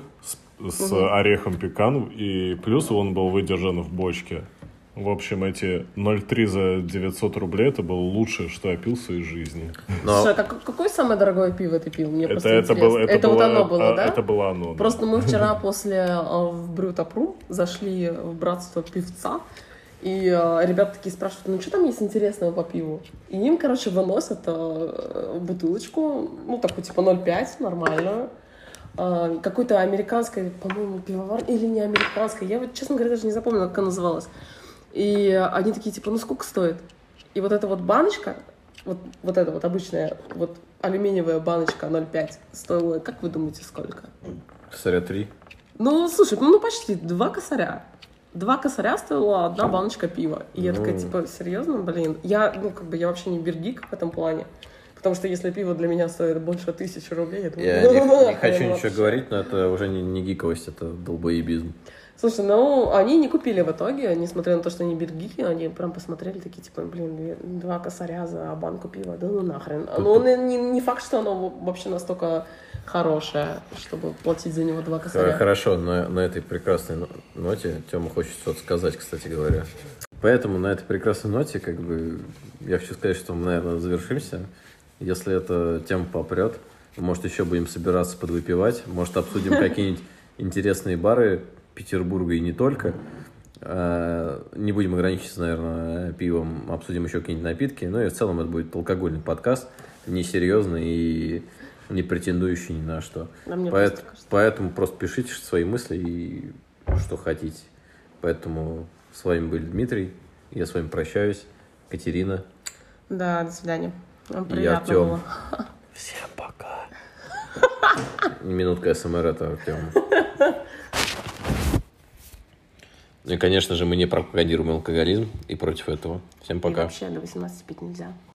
Speaker 3: с, с орехом пекан, и плюс он был выдержан в бочке. В общем, эти 0,3 за 900 рублей, это было лучшее, что я пил в своей жизни.
Speaker 1: Но
Speaker 2: Слушай, а как- какое самое дорогое пиво ты пил? Мне
Speaker 3: Это,
Speaker 2: просто
Speaker 3: это,
Speaker 2: интересно.
Speaker 3: было, это,
Speaker 2: вот
Speaker 3: было-
Speaker 2: оно было,
Speaker 3: а,
Speaker 2: да?
Speaker 3: Это было оно. да.
Speaker 2: Просто мы вчера после э, в Брютапру зашли в братство певца, и э, ребята такие спрашивают, ну что там есть интересного по пиву? И им, короче, выносят э, бутылочку, ну такую типа 0,5, нормальную, э, какой-то американской, по-моему, пивовар или не американской, я вот, честно говоря, даже не запомнила, как она называлась. И они такие, типа, ну сколько стоит? И вот эта вот баночка, вот, вот эта вот обычная, вот алюминиевая баночка 0,5 стоила, как вы думаете, сколько?
Speaker 1: соря 3.
Speaker 2: Ну, слушай, ну почти два косаря. Два косаря стоила одна баночка пива. И я такая,
Speaker 1: Ну.
Speaker 2: типа, серьезно, блин? Я, ну, как бы, я вообще не бергик в этом плане. Потому что если пиво для меня стоит больше тысячи рублей, я думаю... «Ну,
Speaker 1: Я не, не
Speaker 2: «Нахрен
Speaker 1: хочу
Speaker 2: вообще».
Speaker 1: ничего говорить, но это уже не, не гиковость, это долбоебизм.
Speaker 2: Слушай, ну, они не купили в итоге, несмотря на то, что они бергики, они прям посмотрели, такие, типа, блин, две- два косаря за банку пива, да ну нахрен. Ну, не, не- не факт, что оно вообще настолько хорошее, чтобы платить за него два
Speaker 1: Хо-
Speaker 2: косаря.
Speaker 1: Хорошо, на, на этой прекрасной но- ноте Тёма хочет что-то сказать, кстати говоря. Поэтому на этой прекрасной ноте, как бы, я хочу сказать, что мы, наверное, завершимся. Если эта тема попрет, может, еще будем собираться подвыпивать, может, обсудим какие-нибудь интересные бары Петербурга и не только. А, Не будем ограничиваться, наверное, пивом, обсудим еще какие-нибудь напитки. Ну и в целом это будет алкогольный подкаст, несерьезный и не претендующий ни на что.
Speaker 2: Да, А мне
Speaker 1: Поэт-
Speaker 2: просто кажется.
Speaker 1: поэтому просто пишите свои мысли и что хотите. Поэтому с вами был Дмитрий. Я с вами прощаюсь. Катерина.
Speaker 2: Да, до свидания. Вам
Speaker 1: И
Speaker 2: приятно
Speaker 1: Артём.
Speaker 2: было.
Speaker 4: Всем пока.
Speaker 1: Минутка СМР это Артем. Ну и, конечно же, мы не пропагандируем алкоголизм и против этого. Всем
Speaker 2: И
Speaker 1: пока.
Speaker 2: вообще до 18 пить нельзя.